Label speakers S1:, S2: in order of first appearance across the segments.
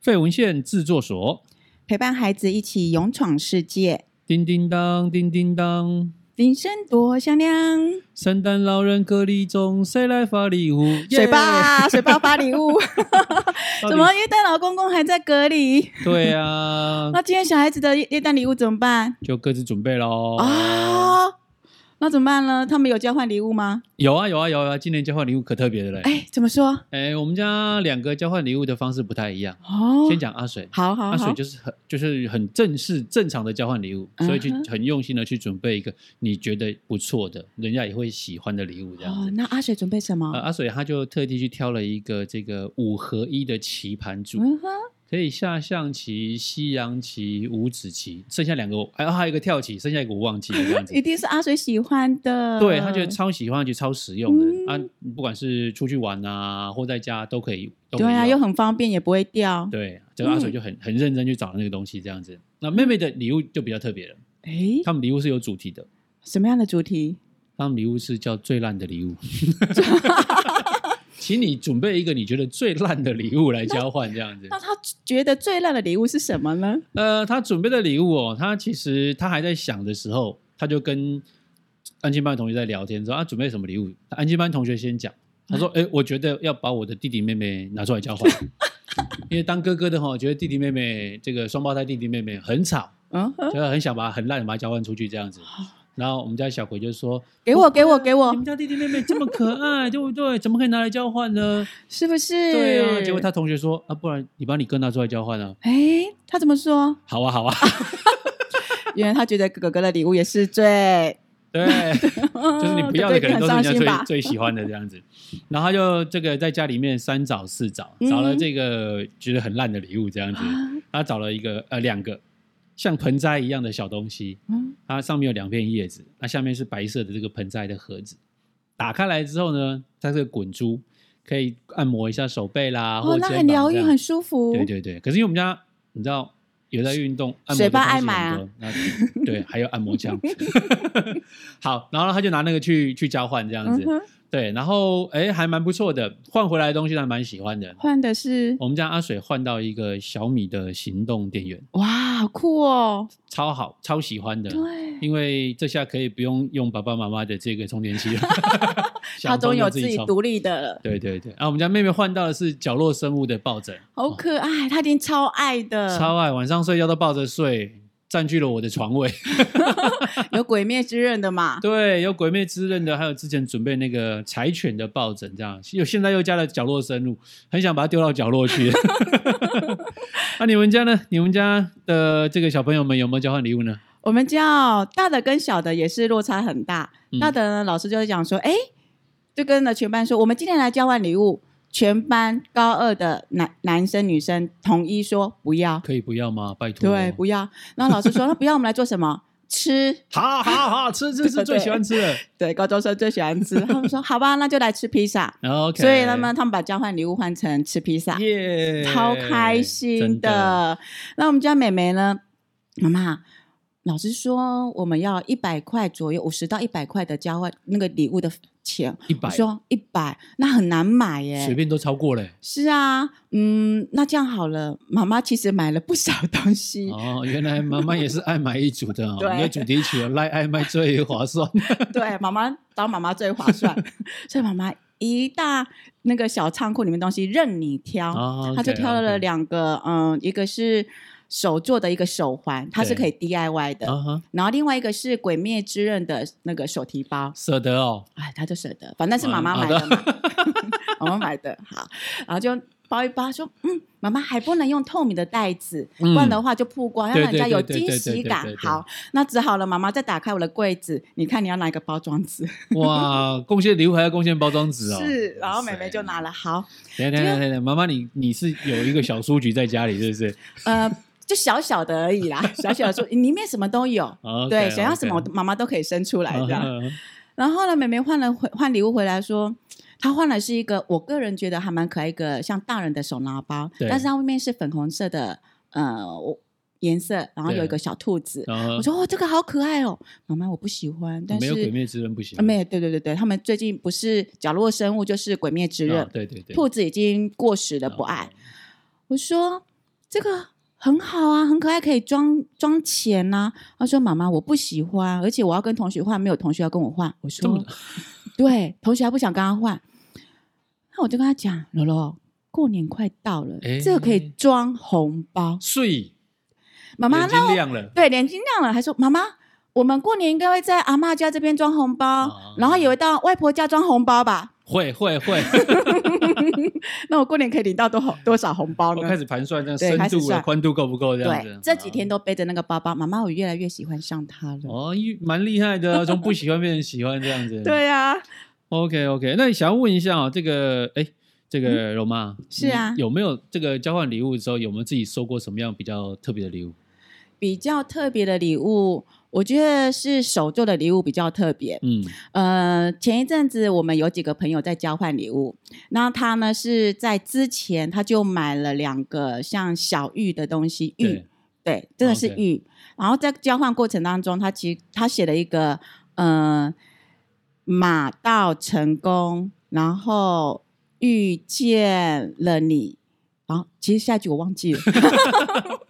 S1: 费文献制作所，
S2: 陪伴孩子一起勇闯世界。
S1: 叮叮当，叮叮当，
S2: 铃声多响亮，
S1: 圣诞老人格力中，谁来发礼物？
S2: 水
S1: 耶，
S2: 爸，水爸发礼物。
S1: 到底
S2: 怎么耶诞老公公还在隔离？
S1: 对 啊，
S2: 那今天小孩子的耶耶诞礼物怎么办
S1: 就各自准备喽。
S2: 啊、那怎么办呢？他们有交换礼物吗？
S1: 有啊有啊有啊，今年交换礼物可特别的嘞。
S2: 哎，怎么说？
S1: 哎，我们家两个交换礼物的方式不太一样。
S2: 哦，啊
S1: 先，讲阿水，
S2: 好好
S1: 阿水
S2: 好，
S1: 就是很就是很正式正常的交换礼物，所以去
S2: 嗯
S1: 很用心的去准备一个你觉得不错的，人家也会喜欢的礼物这样子。
S2: 哦，那阿水准备什么？
S1: 呃，阿水他就特地去挑了一个这个五合一的棋盘组，
S2: 嗯哼，
S1: 可以下象棋、西洋棋、五子棋，剩下两个我，还、哎啊有还有一个跳棋，剩下一个我忘记了这样 子
S2: 一。定是阿水喜欢的。
S1: 对他觉得超喜欢，就超实用的、
S2: 嗯
S1: 啊！不管是出去玩啊，或在家都可以，都可以
S2: 对啊，又
S1: 用
S2: 很方便，也不会掉。
S1: 对。这个阿水
S2: 嗯
S1: 就很很认真去找那个东西，这样子。那妹妹的礼物就比较特别了，
S2: 哎，
S1: 他们礼物是有主题的，
S2: 什么样的主题？
S1: 他们礼物是叫最烂的礼 物，请你准备一个你觉得最烂的礼物来交换，这样子
S2: 那。他觉得最烂的礼物是什么呢？
S1: 呃，他准备的礼物哦，他其实他还在想的时候，他就跟安静班同学在聊天，说啊准备什么礼物？安静班同学先讲，他说：“哎、我觉得要把我的弟弟妹妹拿出来交换， 因为当哥哥的哈、觉得弟弟妹妹这个双胞胎弟弟妹妹很吵，
S2: 嗯哼，
S1: 就是很想把很烂的把它交换出去这样子。”然后我们家小葵就说
S2: 给我，给我，给：“
S1: 你
S2: 我
S1: 们，家弟弟妹妹这么可爱，对不对？怎么可以拿来交换呢？”
S2: 是不是？
S1: 对啊，结果他同学说：“啊，不然你把你哥拿出来交换啊。
S2: 哎，他怎么说？”
S1: 好啊，好 啊，
S2: 原来他觉得哥哥的礼物也是最，
S1: 对。
S2: 就
S1: 就是你不要 的可能都是人家
S2: 嗯很伤心吧
S1: 最？最喜欢的这样子。然后他就这个在家里面三找四找，
S2: 嗯啊
S1: 找了这个觉得很烂的礼物这样子，
S2: 哦
S1: 他找了一个呃两个像盆栽一样的小东西，
S2: 嗯
S1: 它上面有两片叶子，那下面是白色的这个盆栽的盒子。打开来之后呢，它是个滚珠，可以按摩一下手背啦，或
S2: 哦，
S1: 者
S2: 那
S1: 肩膀
S2: 很疗
S1: 这
S2: 愈，
S1: 样
S2: 很舒服。
S1: 对对对，可是因为我们家你知道有在运动，按摩
S2: 水
S1: 的
S2: 爸
S1: 东西
S2: 爱
S1: 很
S2: 买啊
S1: 多，那对，还有按摩枪。 好，然后他就拿那个去去交换这样
S2: 嗯
S1: 子，
S2: 哼，
S1: 对，然后哎还蛮不错的，换回来的东西还蛮喜欢的。
S2: 换的是
S1: 我们家阿水换到一个小米的行动电源，
S2: 哇，好酷哦！
S1: 超好，超喜欢的。
S2: 对，
S1: 因为这下可以不用用爸爸妈妈的这个充电器了，
S2: 他
S1: 想
S2: 终于有
S1: 充就
S2: 自己
S1: 充。
S2: 独立的了，
S1: 对对对，啊，我们家妹妹换到的是角落生物的抱枕，
S2: 好可爱，他一定超爱的，
S1: 超爱，晚上睡觉都抱着睡，占据了我的床 位。
S2: 有鬼灭之刃的嘛？
S1: 对，有《鬼灭之刃》的，还有之前准备那个柴犬的抱枕，这样又现在又加了角落生物，很想把它丢到角落 去。 那、你们家呢？你们家的这个小朋友们有没有交换礼物呢？
S2: 我们叫大的跟小的也是落差很大。
S1: 嗯
S2: 大的呢，老师就会讲说，哎，就跟了全班说，我们今天来交换礼物。全班高二的男男生女生统一说不要，
S1: 可以不要吗？拜托。
S2: 对，不要。然后老师说，那不要，我们来做什么？吃。
S1: 好好好，吃吃吃，最喜欢吃了。
S2: 对，高中生最喜欢吃。他们说，好吧，那就来吃披萨。
S1: 然后 OK，
S2: 所以他们他们把交换礼物换成吃披萨。
S1: 耶
S2: 超开心
S1: 真的。
S2: 的。那我们家妹妹呢？妈妈，老师说我们要一百块左右，五十到一百块的交换那个礼物的钱。
S1: 一百
S2: 我说一百，那很难买
S1: 随
S2: 耶。
S1: 便都超过嘞、
S2: 是啊，嗯，那这样好了，妈妈其实买了不少东西，
S1: 哦，原来妈妈也是爱买一组的哦，
S2: 对
S1: 因为主题曲哦，赖爱卖最划算。
S2: 对，妈妈当妈妈最 划算，所以妈妈一大那个小仓库里面东西任你挑，
S1: 哦
S2: 她就
S1: OK，
S2: 挑了
S1: OK
S2: 两个，嗯，一个是手做的一个手环，它是可以 DIY 的，
S1: 啊哈，
S2: 然后另外一个是《鬼灭之刃》的那个手提包，
S1: 舍得哦，
S2: 哎，他就舍得，反正是妈妈
S1: 嗯
S2: 买的嘛， 妈妈买的，好，然后就包一包，说，嗯，妈妈还不能用透明的袋子，
S1: 嗯
S2: 不然的话就曝光，要让人家有
S1: 对对对
S2: 惊
S1: 对
S2: 喜
S1: 对
S2: 感
S1: 对对。对
S2: 好，那只好了，妈妈再打开我的柜子，你看你要哪一个包装纸？
S1: 哇，贡献礼物还要贡献包装纸哦。
S2: 是， 然后妹妹
S1: 哇塞
S2: 就拿。了，好，
S1: 等一下等一下等一下等一下，妈妈你你是有一个小书局在家里是不是？
S2: 呃，就小小的而已啦，小小的说里面什么 都有，
S1: 哦，OK，
S2: 对，想要
S1: OK
S2: 什么妈妈都可以生出来 的。
S1: 嗯嗯
S2: 然后呢，妹妹换了回换礼物回来说，她换的是一个我个人觉得还蛮可爱一个像大人的手拿包，
S1: 对
S2: 但是它外面是粉红色的呃我颜色，然后
S1: 对
S2: 有一个小兔子。
S1: 然后
S2: 我说哦，这个好可爱哦，妈妈我不喜欢，但
S1: 哦没
S2: 是
S1: 有鬼灭之刃不行
S2: 啊，，没有，对对对对，他们最近不是角落生物就是鬼灭之刃，
S1: 啊对对对，哦
S2: 兔子已经过时了，不爱。我说这个很好啊，很可爱，可以装装钱呐、他说妈妈，我不喜欢，而且我要跟同学换，没有同学要跟我换。我
S1: 这
S2: 说
S1: 么
S2: 对，同学还不想跟他换，那我就跟他讲，柔柔。过年快到了，
S1: 哎
S2: 这个可以装红包。
S1: 睡，
S2: 妈妈，
S1: 眼
S2: 那
S1: 睛
S2: 我
S1: 亮了，
S2: 对眼睛亮了，还说妈妈，我们过年应该会在阿嬷家这边装红包，
S1: 啊
S2: 然后也会到外婆家装红包吧？
S1: 会会 会，
S2: 那我过年可以领到多少多少红包
S1: 我
S2: 呢？
S1: 哦开始盘算这样
S2: 对
S1: 深
S2: 开始
S1: 度啊、
S2: 算
S1: 宽度够不够这样
S2: 对
S1: 子，。嗯啊
S2: 这几天都背着那个包包，妈妈，我越来越喜欢上它了。
S1: 哦，一蛮厉害的，啊从不喜欢变成喜欢这样子。
S2: 对啊，
S1: ，OK OK。那想要问一下啊，这个哎，这个柔妈
S2: 是啊
S1: 你有没有这个交换礼物的时候，有没有自己收过什么样比较特别的礼物？
S2: 比较特别的礼物，我觉得是手做的礼物比较特别。
S1: 嗯，
S2: 呃，前一阵子我们有几个朋友在交换礼物，那他呢是在之前他就买了两个像小玉的东西，玉
S1: 对，
S2: 对，真的是
S1: 哦 OK
S2: 玉。然后在交换过程当中，他其实他写了一个呃马到成功，然后遇见了你，然后其实下一句我忘记了。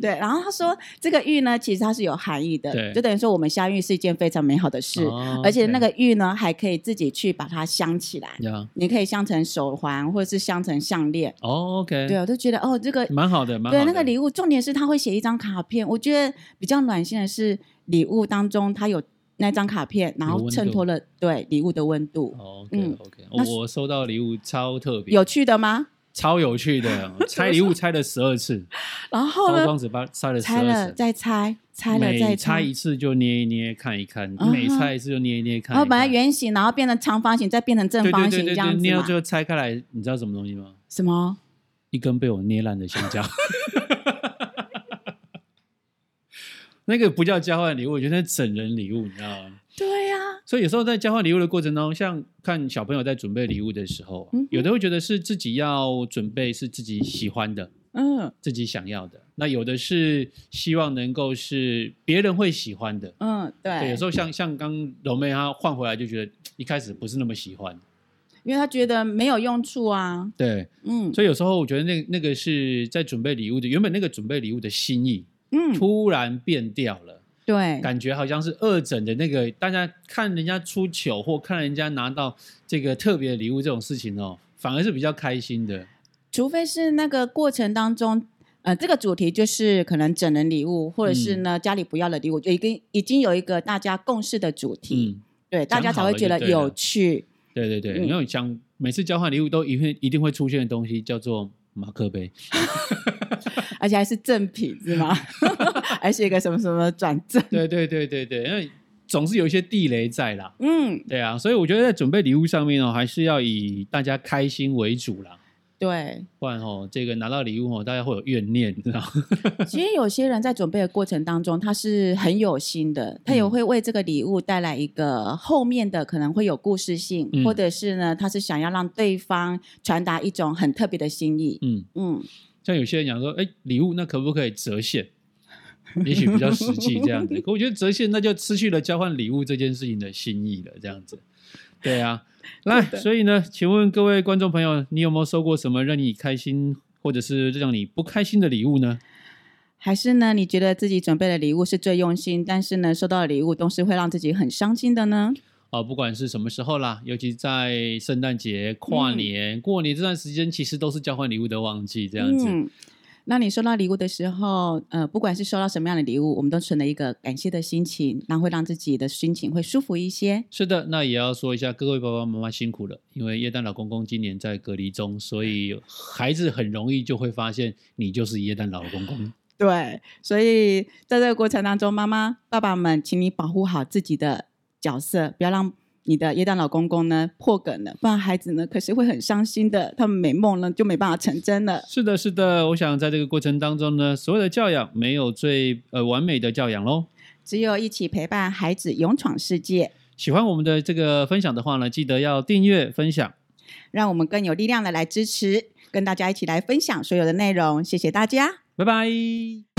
S2: 对，然后他说这个玉呢，其实它是有含义
S1: 对
S2: 的，就等于说我们相遇是一件非常美好的事，
S1: 哦
S2: 而且那
S1: OK
S2: 个玉呢还可以自己去把它镶起来，
S1: 呀
S2: 你可以镶成手环或者是镶成项链。
S1: 哦，OK，
S2: 对，我就觉得哦，这个
S1: 蛮好的，蛮好的。
S2: 对，那个礼物，重点是他会写一张卡片。我觉得比较暖心的是，礼物当中他有那张卡片，然
S1: 有
S2: 后
S1: 温
S2: 衬
S1: 度哦
S2: 托了对礼物的温度。
S1: OK
S2: 嗯
S1: OK，、
S2: 那是
S1: 我收到礼物超特别，
S2: 有趣的吗？
S1: 超有趣 的，拆礼物拆了十二次，
S2: 然后
S1: 包
S2: 呢，
S1: 装纸包拆了十
S2: 拆
S1: 二
S2: 了
S1: 次。
S2: 再拆，拆了
S1: 每
S2: 再
S1: 拆
S2: 拆
S1: 一。次就捏一捏看一看，
S2: 嗯哼
S1: 每拆一次就捏一捏看一看。
S2: 然后本来圆形，然后变成长方形，再变成正
S1: 对
S2: 方
S1: 对
S2: 形
S1: 对
S2: 这
S1: 对
S2: 样
S1: 对，
S2: 子
S1: 捏到
S2: 嘛
S1: 最？后拆开来，你知道什么东西吗？
S2: 什么？
S1: 一根被我捏烂的香蕉。 那个不叫交换礼物，我觉得那是整人礼物，你知道吗？
S2: 对呀、
S1: 所以有时候在交换礼物的过程当中，像看小朋友在准备礼物的时候啊，
S2: 嗯哼
S1: 有的会觉得是自己要准备是自己喜欢的、
S2: 嗯
S1: 自己想要的，那有的是希望能够是别人会喜欢的。
S2: 嗯，
S1: 对，有
S2: 对
S1: 时，候像像刚柔妹她换回来就觉得一开始不是那么喜欢，
S2: 因为他觉得没有用处啊。
S1: 对，
S2: 嗯
S1: 所以有时候我觉得那那个是在准备礼物的原本那个准备礼物的心意
S2: 嗯，
S1: 突然变掉了。
S2: 对，
S1: 感觉好像是二诊的那个，大家看人家出糗或看人家拿到这个特别的礼物这种事情哦，反而是比较开心的。
S2: 除非是那个过程当中，呃，这个主题就是可能整人礼物，或者
S1: 嗯
S2: 是呢、家里不要的礼物，就已经已经有一个大家共识的主题，
S1: 嗯，
S2: 对，大家才会觉
S1: 讲
S2: 得
S1: 好了就对了
S2: 有趣。
S1: 对对对，
S2: 嗯
S1: 因为想每次交换礼物都一定一定会出现的东西叫做马克 杯，
S2: 而且还是正品 是吗？还是一个什么什么转正？
S1: 对对对对对，因为总是有一些地雷在啦。
S2: 嗯，
S1: 对啊，所以我觉得在准备礼物上面哦，还是要以大家开心为主啦，
S2: 对。
S1: 不然哦，这个拿到礼物哦，大家会有怨念，你知道吗？
S2: 其实有些人在准备的过程当中，他是很有心
S1: 嗯
S2: 的，他也会为这个礼物带来一个后面的可能会有故事性，
S1: 嗯
S2: 或者是呢，他是想要让对方传达一种很特别的心意。
S1: 嗯，
S2: 嗯，
S1: 像有些人讲说，哎，礼物那可不可以折现？ 也许比较实际这样子。可我觉得折现那就失去了交换礼物这件事情的心意了，这样子。对啊，来，所以呢，请问各位观众朋友，你有没有收过什么让你开心或者是让你不开心的礼物呢？
S2: 还是呢？你觉得自己准备的礼物是最用心，但是呢，收到的礼物都是会让自己很伤心的呢？
S1: 啊，不管是什么时候啦，尤其在圣诞节、跨年、过年这段时间，其实都是交换礼物的旺季，这样子。
S2: 嗯，那你收到礼物的时候，呃，不管是收到什么样的礼物，我们都存了一个感谢的心情，那会让自己的心情会舒服一些。
S1: 是的，那也要说一下，各位爸爸妈妈辛苦了，因为耶诞老公公今年在隔离中，所以孩子很容易就会发现你就是耶诞老公公。
S2: 对，所以在这个过程当中，妈妈、爸爸们，请你保护好自己的角色，不要让你的耶诞老公公呢破梗了，不然孩子呢可是会很伤心的，他们美梦呢就没办法成真了。
S1: 是的，是的，我想在这个过程当中呢，所有的教养没有最呃完美的教养喽。
S2: 只有一起陪伴孩子勇闯世界。
S1: 喜欢我们的这个分享的话呢，记得要订阅、分享。
S2: 让我们更有力量的来支持，跟大家一起来分享所有的内容。谢谢大家。
S1: 拜拜。